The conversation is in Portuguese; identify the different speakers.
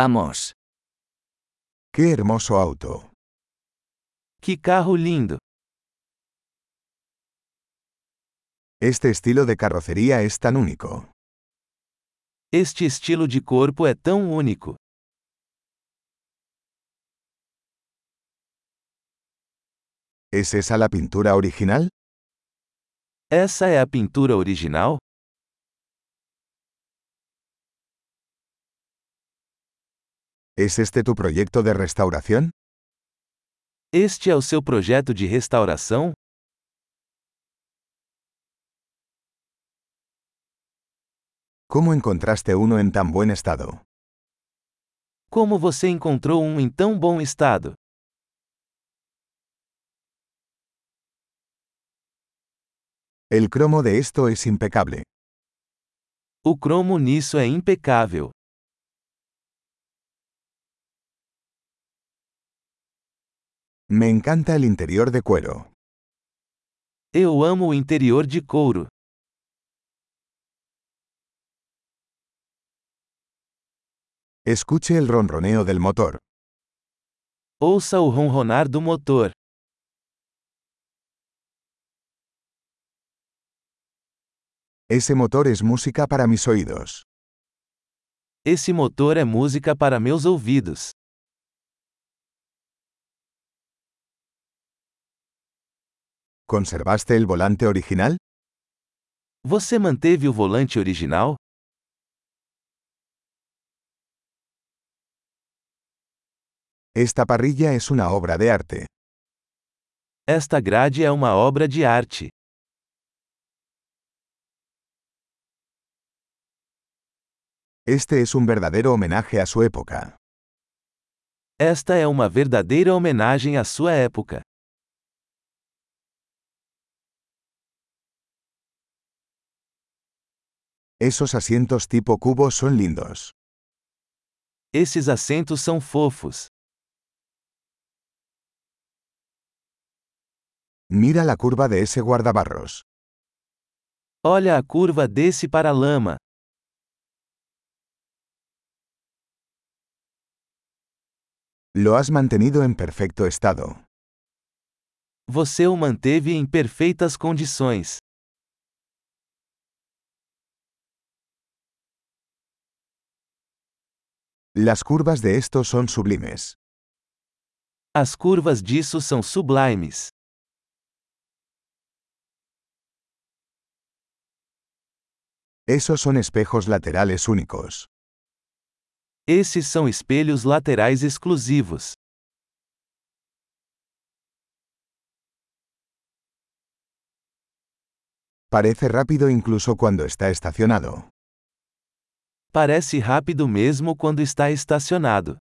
Speaker 1: Vamos.
Speaker 2: ¡Qué hermoso auto!
Speaker 1: Que carro lindo.
Speaker 2: Este estilo de carrocería es tan único.
Speaker 1: Este estilo de corpo é tão único.
Speaker 2: ¿Es esa la pintura original?
Speaker 1: Essa é a pintura original?
Speaker 2: ¿Es este tu proyecto de restauración?
Speaker 1: Este é o seu projeto de restauração?
Speaker 2: ¿Cómo encontraste uno en tan buen estado?
Speaker 1: Como você encontrou um em tão bom estado?
Speaker 2: El cromo de esto es impecable.
Speaker 1: O cromo nisso é impecável.
Speaker 2: Me encanta el interior de cuero.
Speaker 1: Eu amo o interior de couro.
Speaker 2: Escuche el ronroneo del motor.
Speaker 1: Ouça o ronronar do motor.
Speaker 2: Ese motor es música para mis oídos.
Speaker 1: Esse motor é música para meus ouvidos.
Speaker 2: ¿Conservaste el volante original?
Speaker 1: Você manteve o volante original?
Speaker 2: Esta parrilla es una obra de arte.
Speaker 1: Esta grade é uma obra de arte.
Speaker 2: Este es un verdadero homenaje a su época.
Speaker 1: Esta é uma verdadeira homenagem à sua época.
Speaker 2: Esos asientos tipo cubo son lindos.
Speaker 1: Esses assentos são fofos.
Speaker 2: Mira la curva de ese guardabarros.
Speaker 1: Olha a curva desse para-lama.
Speaker 2: Lo has mantenido en perfecto estado.
Speaker 1: Você o manteve em perfeitas condições.
Speaker 2: Las curvas de estos son sublimes.
Speaker 1: As curvas disso são sublimes.
Speaker 2: Esos son espejos laterales únicos.
Speaker 1: Esses são espelhos laterais exclusivos.
Speaker 2: Parece rápido incluso cuando está estacionado.
Speaker 1: Parece rápido mesmo quando está estacionado.